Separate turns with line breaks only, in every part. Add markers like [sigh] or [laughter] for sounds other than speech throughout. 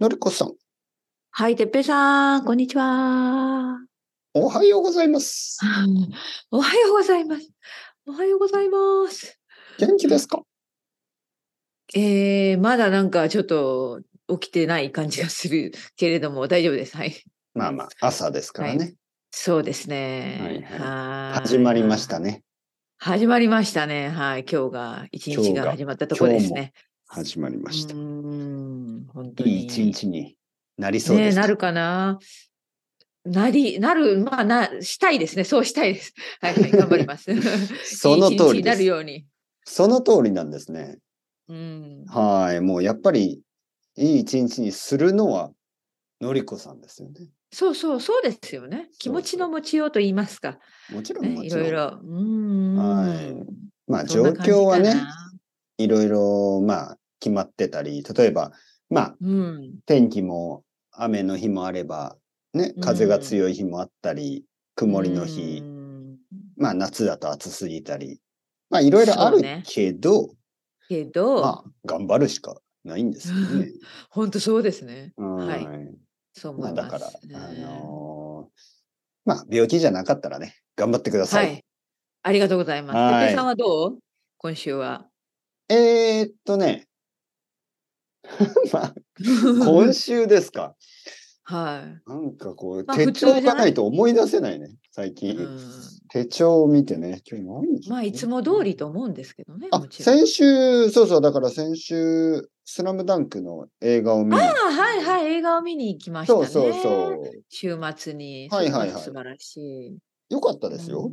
のりこさん、
はい、てっぺいさん、こんにちは。
おはようございます。
[laughs] おはようございます。おはようございます。
元気ですか
えー、まだなんかちょっと起きてない感じがするけれども、 [laughs] 大丈夫です。はい。
まあまあ、朝ですからね。
そうですね。
はい
はーい
始まりまし。たね。
始まりましたね。はい。今日が、一日
今日
が
が
始まったところですね。
始まりました
うー。ん、本当に。
いい一日になりそう
ね
で
え
すか。
なるかな。なり、なる、まあ、な、したいですね。そうしたいです。はい、はい、頑張ります。
[laughs]
[laughs]
その通
いい一日
り
に
で
なる
す。
ように。
その通りなんですね。
うん。
はい。もうやっぱり、いい一日にするのは、のりこさんですよね。
そうそう、そうですよね。気持ちの持ちようと言いますか。
もちろん、
ね、
も
い
ちろ
ろ
ん。
いろ。うん。
はいまあ、
そ
状
んな感じか
況はね、
ない
ろいろ、まあ、決まってたり、例えば、まあ、
うん。
天気も雨の日もあれば、ね、風が強い日もあったり、曇りの日
う、ん。
まあ夏だと暑すぎたり、まあいろいろある
そうね
けど、
けど、
まあ頑張るしかないんですよね。
本当そうですね。はい
うん
そう思
まあ
い
だ
ます。
から、あ
うん
のーまあ病気じゃなかったらね、頑張ってくださ。
はいい。ありがとうございます。
はい
てっぺいさんはどう今週は。
えー、っとね、 [laughs] まあ今週ですか。
[laughs] は
なんかこう、
まあ
手帳
普通じゃ
が
な
ないいと思い出せないね、最
い。
近。
うん
手帳を見てね、今日何日
まあ、いつも通りと思うんですけどね。
あ
も、ちろん。
先週、そうそう、だから先週、スラムダンクの映画を見に
あ
行っ
あ、
て
はいはい。映画を見に行きました
そう
ね。
そうそう。
週末に。
はいはいはい
それも素晴らしい。
よかったですよ。
う。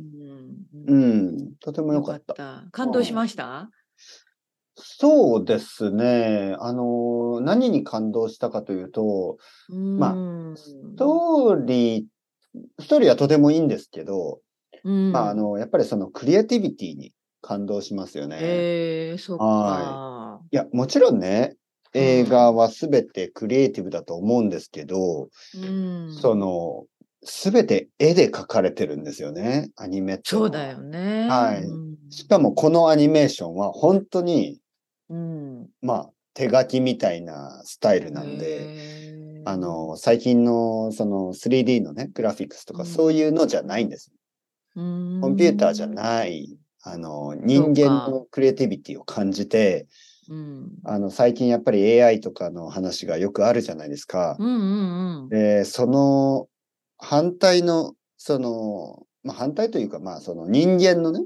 うんん、とてもよ
よ
か
か
っ。
ったた。感動しました
そうですね。あの、何に感動したかというと、まあス
ど
トーリー、ストーリーはとてもいいんですけど、
うん。
まあ、あの、やっぱりそのクリエイティビティに感動しますよね。
ええ、そっか
はいや、もちろんね、映画はすべてクリエイティブだと思うんですけど、
うん。
その、すべて絵で描かれてるんですよね、アニメっての
そ
は。
うだよね。
はい
うん
しかもこのアニメーションは本当に、
うん。
まあ、手書きみたいなスタイルなんで、
で
あ、の、最近のその 3D のね、グラフィックスと
う
か
ん
そういうのじゃないんです。
コ
コンピューターじゃない、あの、人間のクリエイティビティを感じて、
うん。
あの、最近やっぱり AI とかの話がよくあるじゃないですか。
うんうんうん。
で、その反対の、その、まあ、反対というか、まあ、その人間のね、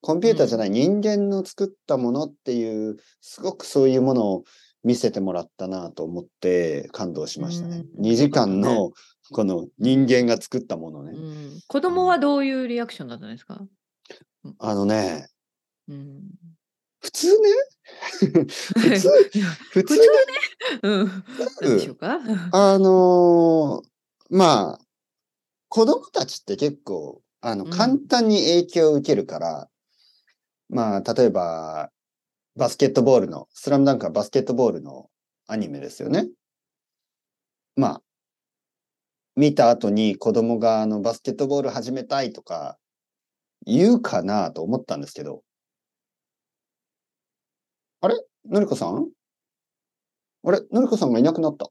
コンピューターじゃない人間の作ったものっていう、すごくそういうものを見せてもらったなと思って感動しましたね。
うん
2時間のこの人間が作ったものね。
うん子供はどういうリアクションだったんですか、
あのね、
うん、
普通
[laughs]
ね、普通、
いや
普
普
通
通
ね
ね、 [laughs] うん、なんでしょうか、 [laughs]
あのーまあ、子供たちって結構、あの、
うん
簡単に影響を受けるから、まあ、例えば、バスケットボールの、スラムダンクはバスケットボールのアニメですよね。まあ、見た後に子供があの、バスケットボール始めたいとか、言うかなと思ったんですけど。あれのりこさんあれのりこさんがいなくなった。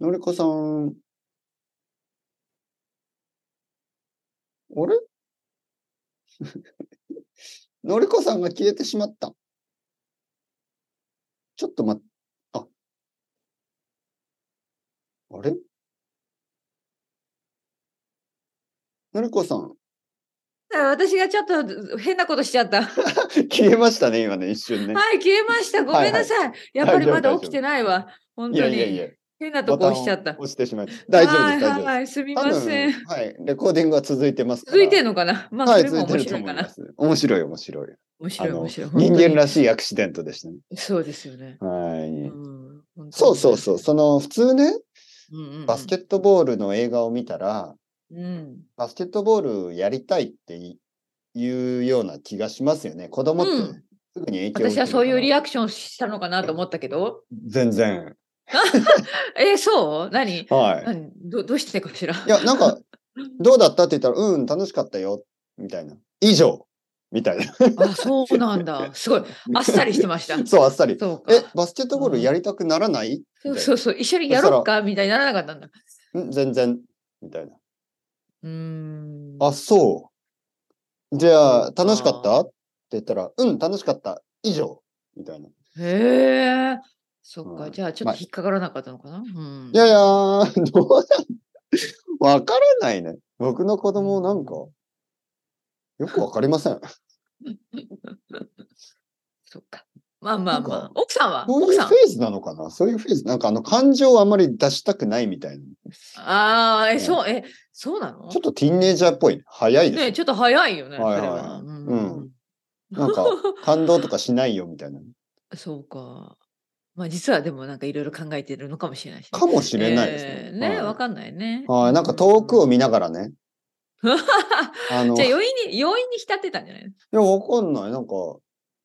のりこさん。あれ [laughs] のりこさんが消えてしまった。ちょっと待っ、あ。あれのりこさん。 [laughs]
私がちょっと変なことしちゃった。はい、
消えましたね、今ね、一瞬ね。
消えました。ごめんなさい。やっぱりまだ起きてないわ。本
い
当
や
に
いやいや、
変な
ボ
とこ
タン
押しちゃった。
を押してしまい。大丈夫です、
は
大
い
丈
はい、すみ
夫
ま
です。
せん。
多分はい、レコーディングは続いてますから。
続いてるのかなまあ、
は
そ
い、
れ
続
も
いて
面
ると
白い
思
か
いま
な。
す。面白い、面白い。
面白い、
あの
面白い。
人間ら
し
しいアクシデントでしたね。
い。そうですよね。
はい。
うん本当に
そうそうそう。その、普通ね、
うんうんうん
バスケットボールの映画を見たら、
うん。
バスケットボールやりたいっていいうような気がしますよね。子供って
うん
すぐに影響を受けるから、
私はそういうリ
ア
アクションしたのかなと思ったけど。
全然。
えーそう何
はい。
何どどうしてかしら
いや、なんか、どうだったって言ったら、うん、楽しかったよ、みたいな。以上。みたいな。
あ、そうなんだ。すごい。あっさりしてまし
[laughs]
た。
そう、あっさり。
そう
え
か。、
バスケットボールやりたくならない、
そ
み
う
たい
そうそう。一緒にやろうかみたいにならなかったんだ。
なん全然、みたいな。
うーん。
あ、そう。じゃ
そ
あ
う、か
楽しかったって言ったら、うん、楽しかった。以上。みたいな。い
へえ。そっ
う
か。
ん
じゃあ、ちょ
ま
っ
あ
と引っかからなかったのかな。うん。
やいやー、 [laughs] どうなんわからないね。僕の子供なんか、よくわかりません。
そっか。まあまあま
なん
あ
か。
奥さんは
そう
奥
いう
さん
フ。ェーズなのかなそういうフェーズ。なんかあの、感情をあんまり出したくないみたいな。
ああ、
う
え、
ん
そう、え、そうなの
ちょっとティーンエイジャーっぽいね。早いですよ。
ねちょっと早いよね、それ
はいはい
は。う。
うんなん
[laughs]
か、感動とかしないよみたいな。
そうか。まあ実はでもなんかいろいろ考えてるのかもしれないしね。
かもしれないですね。
えーね、
はい
わかんないね。
はい、なんか遠くを見ながら
[laughs]
ね。
うん。
あの、
じゃあ
いや、
余韻に、余韻に浸ってたんじゃない
わかんない。なんか、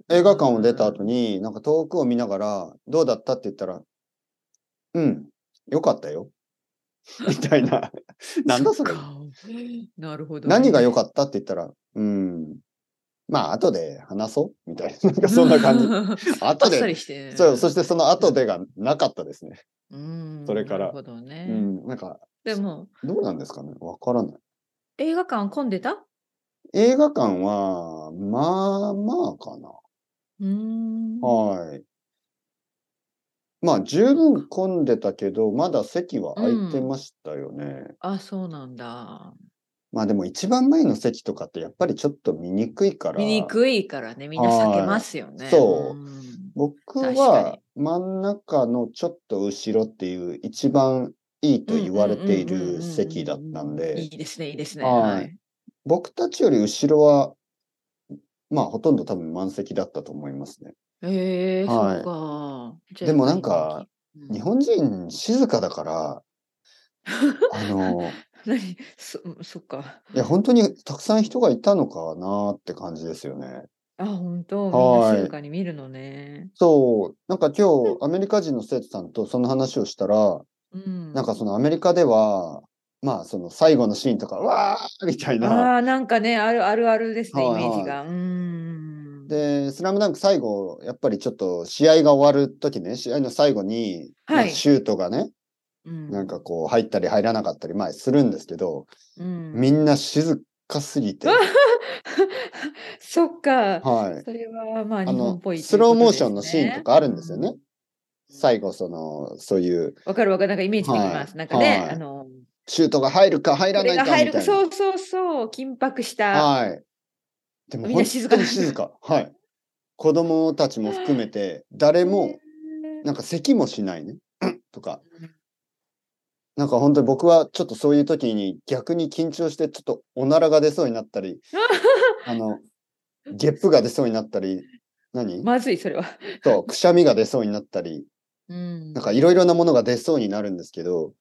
映画館を出た後に、なんか遠くを見ながら、どうだったって言ったら、うん、よかったよ。 [laughs] みたい [laughs] な。 [laughs] なんだそれ
っ。かなるほどね、
何が良かったって言ったら、うん、まあ、後で話そう。みたいな。なんかそん [laughs] な感じ。
じ。 [laughs] あ
後
っさり
で。
してね。
そう、そしてその後でがなかったですね。
うん。
それから
なるほどね
う。ん、なんか、
でも、
どうなんですかねわからない。
映画館混んでた
映画館は、まあまあかな。
うん。
はい。まあ、十分混んでたけど、まだ席は空いてましたよね。
あ、そうなんだ。
まあでも一番前の席とかってやっぱりちょっと見にくいから。
見にくいからね、みんな避けますよね。
はいそうん僕
確か
は
に
真ん中のちょっと後ろっていう一番いいと言われてい
うんうんうんうんうんうん
る席だったん
い
で、
いですね、いいですね。
はい
はい。
僕たちより後ろは、まあほとんど多分満席だったと思いますね。
ええ
はい
そっか。じゃあ
でもなんか、日、
やっ
本人静かだ [laughs] から、あの、
ぱり人気 [laughs] 何そそっか。
いや、本当にたくさん人がいたのかなって感じですよね。
あ、本当、みん
はい
な静かに見るのね。
そう、なんか今日、アメリカ人の生徒さんとその話をしたら、
うん。
なんかそのアメリカでは、まあその最後のシーンとか、わーみたいな。
ああ、なんかね、あるあるあるですね、
はいはい
イメージが。うーん。
で、スラムダンク最後、やっぱりちょっと試合が終わるときね、試合の最後に、まあ
はい
シュートがね、
うん、
なんかこう入ったり入らなかったり、まあするんですけど、
うん、
みんな静かすぎて、
そっか。
はい。
それはまあ
あ
日本
の
っぽい、
スローモーションのシーンとかあるんですよ
う
ね。最後、その、そういう、
わかるわかる。なんかイメージできます。
はい
なんかね、
はい
あの、
シュートが入るか入ら
こ
な
れ
いかみ
が
た
入
い
る。
な。
そうそうそう。緊迫した。
はい。でも
みんな
本
静
当
か
に
だ
静か。はい。子供たちも含めて、誰も、なんか咳もしないね。 [clears throat] とか。なんか本当に僕はちょっとそういう時に逆に緊張してちょっとおならが出そうになった
[laughs]
り、あの、ゲップが出そうになったり、何、
まずい、それは。
と、くしゃみが出そうになったり、
うん
なんかいろいろなものが出そうになるんですけど、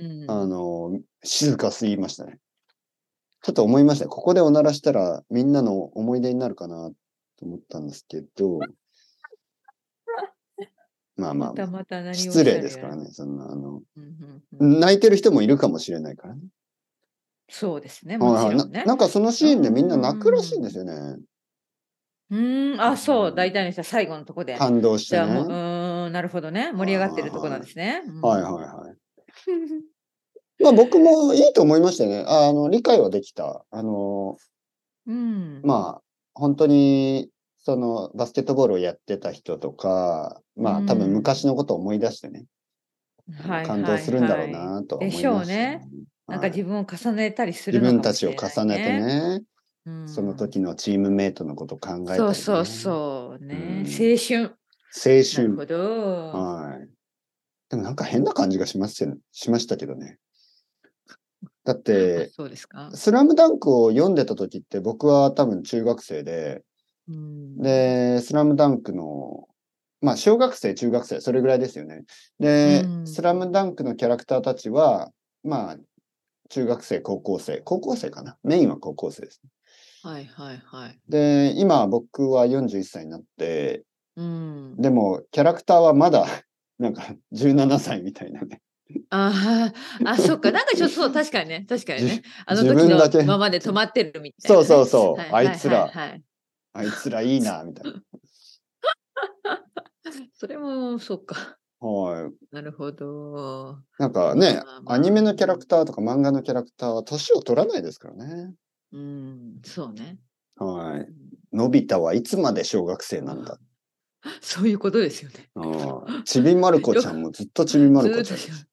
うん
あの、静かすぎましたね。ちょっと思いました。ここでおならしたらみんなの思い出になるかなと思ったんですけ
[laughs]
ど、まあまあ
ま
ま
た
あ、
また何を
失礼ですから
ね。
ね。そんな、あの、
うんうんうん
泣いてる人もいるかもしれないからね。
そうですね、も
はいはい
ちろ
なん
ね。
なんかそのシーンでみんな泣くらしいんですよね。
うーん、あ、そう、大体の人は最後のとこで。
感動して
じ
ね。
ゃあもう、う
は
ーん、なるほどね。盛り上がってるとこなんですね。
いはい
うん
はい。まあ僕もいいと思いましたよね。あの、理解はできた。あの、
うん。
まあ、本当に、そのバスケットボールをやってた人とか、まあ多
う
分
ん
昔のことを思い出してね、
はい
感動するんだろう
はいはい
なとは思いま
で
し
したょうね。なんか
はい
自分を重ねたりす
自
るのか
分
も
たち
し
を
れない
重ねてね、
うん
その時のチームメイトのことを考えたり、ね、
そうそうそうね。
うん
青春。
青
なる
春
ほど。
はい。でもなんか変な感じがしますよねしましたけどね。だっ
あ [laughs]
て、
そうですか。
スラムダンクを読んでた時って僕は多分中学生で、
うん、
で、スラムダンクの、まあ小学生、中学生、それぐらいですよね。で、
うん
スラムダンクのキャラクターたちは、まあ、中学生、高校生、高校生かな。メインは高校生です。
はいはいはい。
で、今僕は41歳になって、
うん、
でもキャラクターはまだ、 [laughs] なんか17歳みたいな
[laughs]
ね。
あ
[laughs]
ーあ、そっか。なんかちょっとそう、確かにね。確かにね。あの
自分だ
時
け
のままで止まってるみたいな
そ
ね、
うそうそう、
はいはいはいはい。
あいつら。あいつらいいな、みたいな。
それも、そっか。 [laughs]
はい。
なるほど。
なんかね
まあ、まあ
アニメのキャラクターとか漫画のキャラクターは年を取らないですからね。
うん、そうね。
はい。のび太はいつまで小学生なんだ。
そういうことですよね。
[laughs] うんちびまる子ちゃんもずっとちびまる子ちゃんで
ず
す。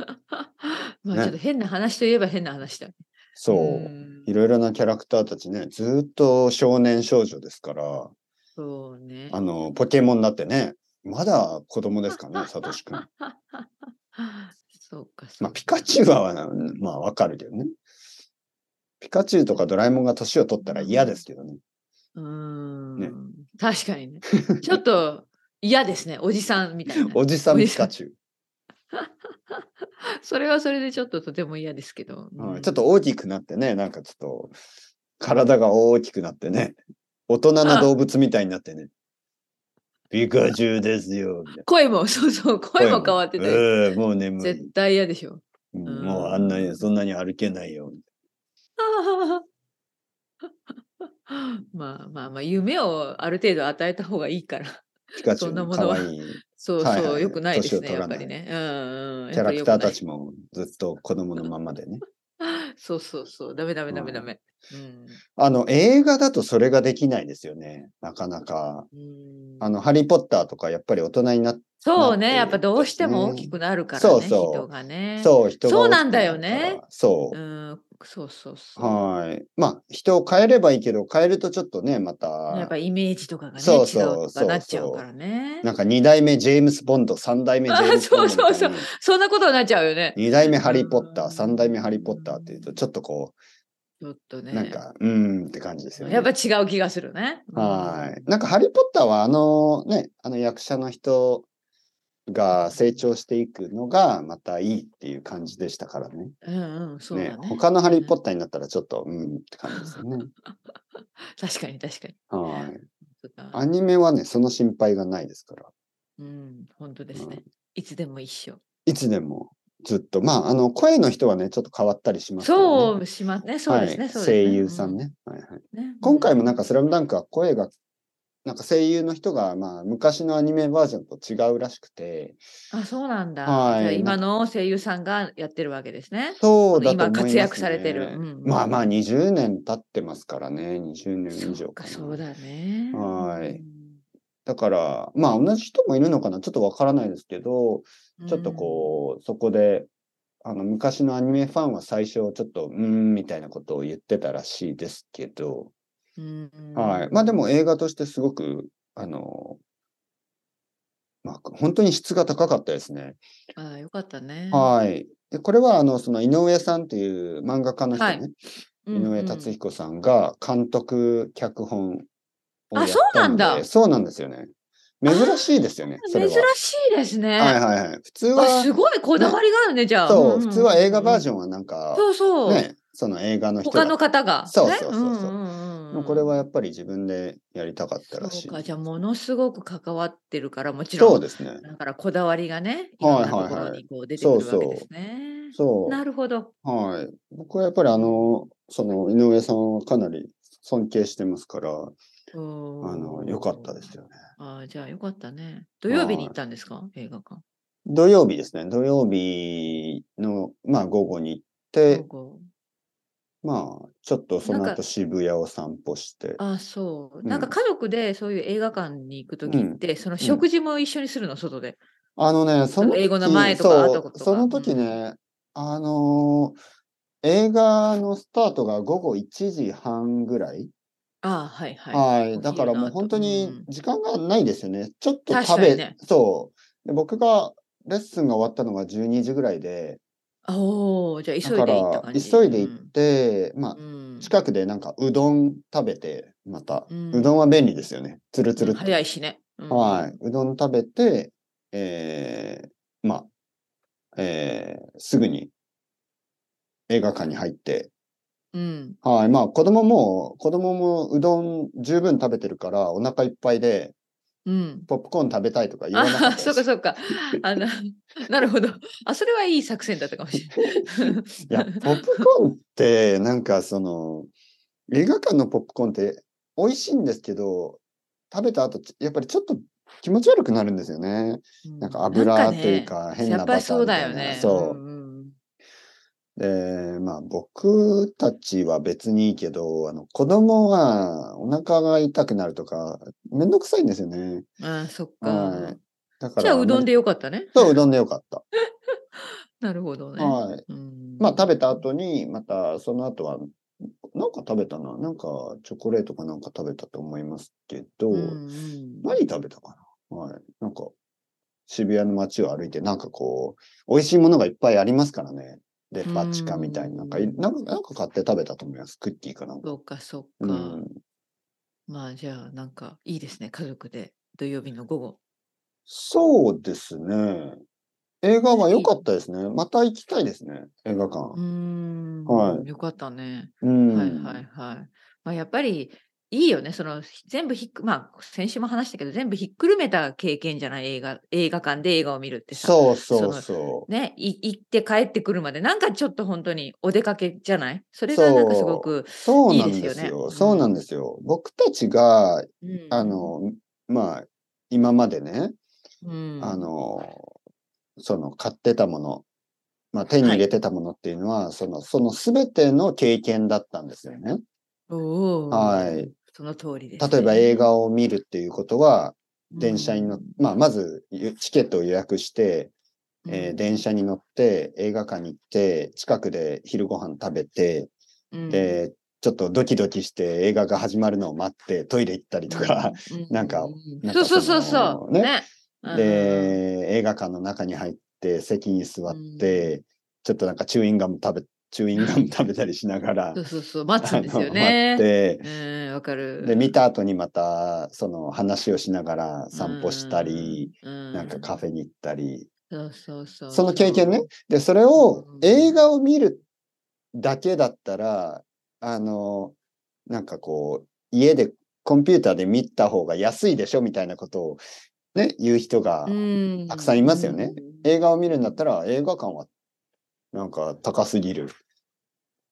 ーっとしよう [laughs] まあ
ね
ちょっと変な話といえば変な話だね。
[laughs] そう。
ん
いろいろなキャラクターたちね、ずっと少年少女ですから、
そうね。
あの、ポケモンだってね、まだ子供です [laughs] からね、サトシ君。
[sighs] そうか、そうか
まあ、ピカチュウは、まあ、わかるけどね。ピカチュウとかドラえもんが年を取ったら嫌ですけどね。
うーん、確かにね。ちょっと嫌ですね、おじさんみたいな。
[laughs] おじさんピカチュウ。
[laughs] それはそれでちょっととても嫌ですけど。う
はい
ん
ちょっと大きくなってね、なんかちょっと、体が大きくなってね、大人な動物みたいになってね、ピカチュウですよ、みたいな
声も、そうそう、声も変わってたよ。
うんもう眠い。
絶対嫌でしょ。 [laughs]
うん
うん
もうあんなに、そんなに歩けないよ。
まあまあまあ、夢をある程度与えた方がいいから。 [laughs]
ピカチュウ
そんな
の
もの
可
は
愛い
そう
はい
そ
は
う、
い
よくないですね、
年を取
や
ら
っ
な
ぱ
い
りね。うん [laughs] うん。
キャラクターた
ち。
ちもずっと子供のままでね。
そうそうそう、ダメダメダメダメ。
あの、映画だとそれができないですよね。なかなか。
うん。
あの、ハリー・ポッターとかやっぱり大人になっ
そう
なって
ね、やっぱどうしても
ね
大きくなるからね、
そうそう
人がね。
そう、人が
そ
多
う
く
なんだ
る
よね
から。そうう。
ん、そうそうそう。
はい。まあ、人を変えればいいけど、変えるとちょっとね、ま
やったぱ、イメージとかがね、
そうそう
違うと
そうそ
か
う
なっちゃうからね。
なんか2代目ジェームス・ボンド、3代目ジェームス・ボンドみたい
あ
に。
[laughs] そうそうそんなことになっちゃうよね。
2代目ハリー・ポッター、
うん
3代目ハリー・ポッターっていうと、ちょっとこ
ちょっと
う、
ね。
なんか、うーんって感じですよね。
やっぱ違う気がするね。
はい。
うん
なんか、ハリー・ポッターは、あのね、あの役者の人が成長していくのが、またいいっていう感じでしたからね。
うんうん、そうだね。
他のハリー・ポッターになったら、ちょっと、うんって感じですよね。
確かに確かに。
はい。
そうだ
アニメはね、その心配がないですから。
うん、本当です
う
ね
ん。
いつでも一緒。
いつでも、ずっと。まあ、あの、声の人はね、ちょっと変わったりしますけ
そ
ど
うしますね。そう
は
ですね。
い。
そうですね
声優さん。ね。はいはい。
うんね
今回もなん
か、
か、スラムダンクは声が、なんか声優の人が、まあ、昔のアニメバージョンと違うらしくて、
あ、そうなんだ。
はい
じゃあ今の声優さんがやってるわけですね。
そうだと思います、ね、
今活躍されてるうん
まあまあ20年経ってますからね、20年以
そ
上
う
か
か、
な。
そうだね。
はい
うん
だから、まあ同じ人もいるのかな、ちょっとわからないですけど、ちょっと
うん
こう、そこで、あの昔のアニメファンは最初ちょっと、うーん、みたいなことを言ってたらしいですけど、
うん、
はい。まあでも映画としてすごく、あの、まあ本当に質が高かったですね。
ああよかったね。
はい。で、これはあの、その井上さんという漫画家の人ね、
はい
井上達彦さんが監督、脚本をや
あ
っ
そう
た
なん
の
だ
で、そうなんですよね。珍しいですよね、それ
うん
は。
珍しいですね。
はいはいはい。普通
あす
は、
ごいこだわりがあるね、じゃあ。
そう、
んん
普通は映画バージ
ョン。
ョンはなんか、
そうそう。
ね、その映画の人
他の
が。
方が。
そう
ね
そうそうそうん
んんん
これはやっぱり自分でやりたかったらし
そ。
いう
か、じゃあものすごく関わってるから、もちろん。
そうですね。
だからこだわりがね、い
は
ろ
い
んなとこ
はい
ろ
はい
にこう出てくるわけですね。
そ
なるほど。
う。はい。僕はやっぱりあの、その井上さんはかなり尊敬してますから、あ
あの
の、良かったです。よね。
あーじゃあよかったね。土曜日に行ったんですか映画館。
土曜日ですね。土曜日の、まあ、午後に行って、
午後
まあ、ちょっとその
なん
後
か
渋谷を散歩して。
あそう。
うん
なんか家族でそういう映画館に行くときって、その食事も一緒にするの、外で。
あのね、その時
英語の前とか後
そ
と
う
か
その時ね、あのー映画のスタートが午後1時半ぐらい。
ああはいはい。
はい。
お昼
だからも
の
う
後
本当に時間がないですよね。ちょっと
確
食
か
べ、
にね
そうで。僕がレッスンが終わったのが12時ぐらいで、
うんおお、じゃあ急
だ
いで
か
行った
ら
感じ。
急いで行って、まあ、
うん、うん
近くでなんかうどん食べて、また、
う
うんどんは便利ですよね。つるつるっと
早いしね。うん
はい。うどん食べて、えー、まあ、えー、すぐに映画館に入って、
うん。
はい。まあ、子供も、子供もうどん十分食べてるから、お腹いっぱいで、
うん。
ポップコーン食べたいとか言わなか
あ
っ
あ、そ
た
うか
です。
そうか。あの、なるほど。あ、それはいい作戦だったかもしれない。
いや、ポップコーンって、なんかその、映画館のポップコーンって、美味しいんですけど、食べた後、ちやっぱりちょっと気持ち悪くなるんですよね。なんか油というか変な
やっぱ
バ
り
タ
そ
ー
う
み
だ
たい
よ
な。
ね。
そうう。
んうん
で、まあ僕たちは別にいいけど、あの子供はお腹が痛くなるとか、めんどくさいんですよね。
ああ、そっ
は
か
い。。だから。
じゃあ、うどんで。よかったね。
そう、うどんでよかった。
なるほどね。
はい。
うん
まあ食べた後に、またその後は、なんか食べたな。なんかチョコレートかなんか食べたと思いますけど、
うんうん
何食べたかなはい。なんか渋谷の街を歩いて、なんかこう、美味しいものがいっぱいありますからね。デパ地下みたいな。なんか、い
うん
なんかなんか買って食べたと思います。クッキーかなんか。
そうか、そう
う
か。
ん。
まあ、じゃあ、なんか、いいですね。家族で、土曜日の午後。
そうですね。映画は良かったですね。また行きたいですね。映画
う
館
ー。ん、
はい
よかったね。
うん。
はいはいはい。まあ、やっぱりいいよね。そのひ全部ひっく、まあ、先週も話したけど、全部ひっくるめた経験じゃない映画、映画館で映画を見るってさ。
そうそう
そ
そ
ね、い行って帰ってくるまで、なんかちょっと本当にお出かけじゃないそれがなんかすごく、
う。そうなん
いい
で
ですすよ
よ。
ね
そうなんですよ。僕たちが、
うん
あ、の、まあ、今までね、
うん
あ、の、その買ってたもの、まあ、手に入れてたものっていうのは、その、その全ての経験だったんですよね。
おー
はい。
その通りです、
例えば映
画、
画を見るっていうことは、電車に乗っ、
うん
まあ、まずゆチケットを予約して、えー電車に乗って、映画館に行って、近くで昼ご飯食べて、
うん
で、ちょっとドキドキして映画が始まるのを待って、トイレ行ったりとか、なんか
うう
なんか
そうそうそう
そ
そ
の
う。
ね
ね。
[laughs]
うんうん
で、映画館の中に入って、席に座って、ちょっとなんかチューインガム食べ、チューインガム食べたりしながら
[laughs] そ、うそうそう、待つんですよ
あの
ね。
待って、
うん、わかる。
で、見た後にまた、その話をしながら散歩したり、
うん、
なんかカフ
ェ。
ェに行ったり、
そうそうそう。
その経験ね。で、それを
うん
映画を見るだけだったら、あの、なんかこう、家でコンピューターで見た方が安いでしょみたいなことをね、言う人が
う、ん。
たくさんいますよね
うん。
映画を見るんだったら映画館はなんか高すぎる。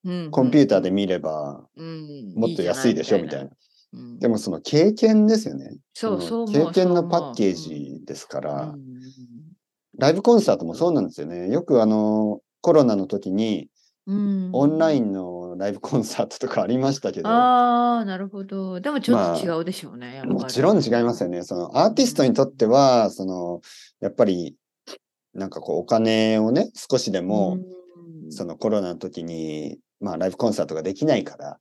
うん
コンピューターで、見れば
うん、
もっと安いでしょみたい
な。
な。
うん
でもその経験ですよね。
そう
そ
そう
の
思う。
経験
そう
の
思う
パッケー。ジですか
うんう
ら、
ん
ライブコンサートもそうなんですよね。よくあの、コロナの時に、
うん
オンラインのライブコンサートとかありましたけど、
ああ、なるほど。でもちょっと違うでしょうね。やっぱり
もちろん違いますよね。そのアーティストにとっては、その、やっぱり、なんかこう、お金をね、少しでも、
うん
そのコロナの時に、まあ、ライブコンサートができないから、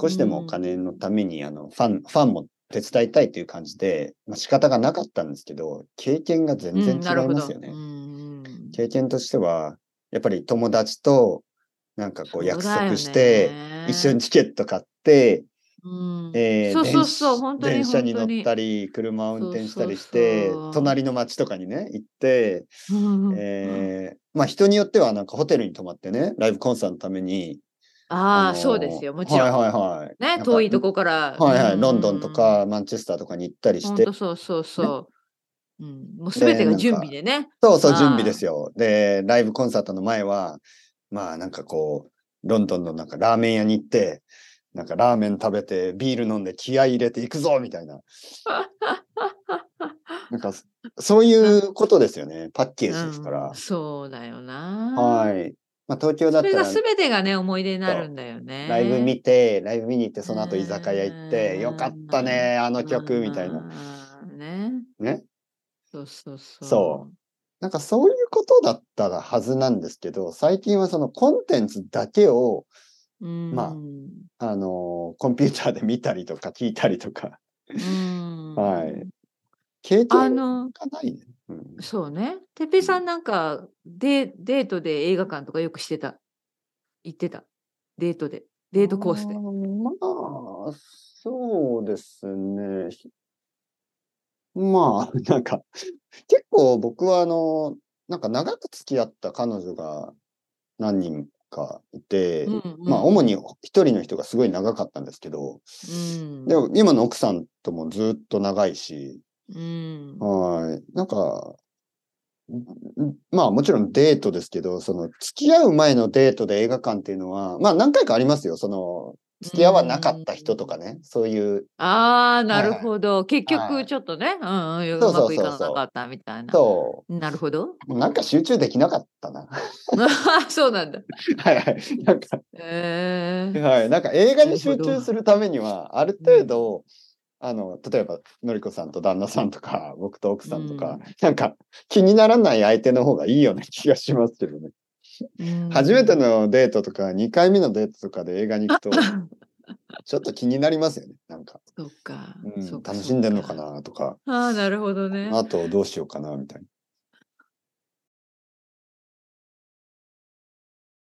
少しでもお金のために、あの、ファン、ファンも手伝いたいという感じで、まあ、仕方がなかったんですけど、経験が全然違いますよね。
うんなるほどうんうん
経験としては、やっぱり友達と、なんかこう、約束し
そう
て、
だよね
一緒にチケット買って、
うん
えー
そうそうそう、
電
本当に
電車に乗
本当
ったり、車を運転したりして、
そうそうそう
隣の町とかにね、行って、
うんうん
えーまあ人によってはなんかホテルに泊まってね、ライブコンサートのために。
ああ、
のー
そうですよ、もちろん。
はいはいはい。なん
ね、
か
遠いとこから。
はいは
う
い、
ん
ロンドンと。かマンチェスターとかに行ったりし
本
て、
当そうそうそう。うん、もうすべて
でなん
が
か
準備でね。
そうそう
あー
準備ですよ。で、ライブコンサートの前は、まあなんかこう、ロンドンのなんかラーメン屋に行って、なんかラーメン食べて、ビール飲んで気合い入れていくぞみた
[laughs]
いな。なんか、そそういうことですよね。パッケージですから。
うんそうだよな。
はい。まあ、東京だ
そ
った
れが
ら、
すべてがね、思い出になるんだよね。
ライブ見て、ライブ見に行って、その後居酒屋行っ
う
て、
ん
よかったね、あの曲、みたいな。
な。ね。
ね。
そうそうそう。
そなんかそういうことだったはずなんですけど、最近はそのコンテンツだけを、
うん。
まああのーコンピューターで見たりとか聞いたりとか、
うん。
[laughs] はい経
あ
験が
の、
ないね。うん、
そうね。てっぺいさんなんかデ、デートで映画館とかよくしてた。行ってた。デートで。デートコースで
あ。ーまあ、そうですね。ひまあ、なんか、結構僕はあの、なんか長く付き合った彼女が何人かいて、まあ、主に一人の人がすごい長かったんですけど、
うん、
でも今の奥さんともずっと長いし、
うん、
はい。なんか、んまあもちろんデートですけど、その付き合う前のデートで映画館っていうのは、まあ何回かありますよ。その付き合わなかった人とかね、そういう、
ああ、なる
はい
ほど。結
は
局
い
ちょっとね、うんうん、う
そう
ま
そうそう
くい
そう
かなかったみたいな。
そ
なる
[laughs]
ほど。 [laughs]
う、もうなんか集中できなかったな。 [laughs]
そうなんだ。
はいはい。なんか、
えー、
はい、なんか映画に
なる
集
ほど
中するためには、ある程度、あの、例えば、のりこさんと旦那さんとか、僕と奥さんとか、
うん
なんか、気にならない相手の方がいいような気がしますけどね。
うん
初めてのデートとか、2回目のデートとかで映画に行くと、ちょっと気になりますよね。なんか、
そうか
う。ん
そうか
楽しんでんのか。
そう
なとか、
ああ、なるほどね。
あとどうしようかなみたい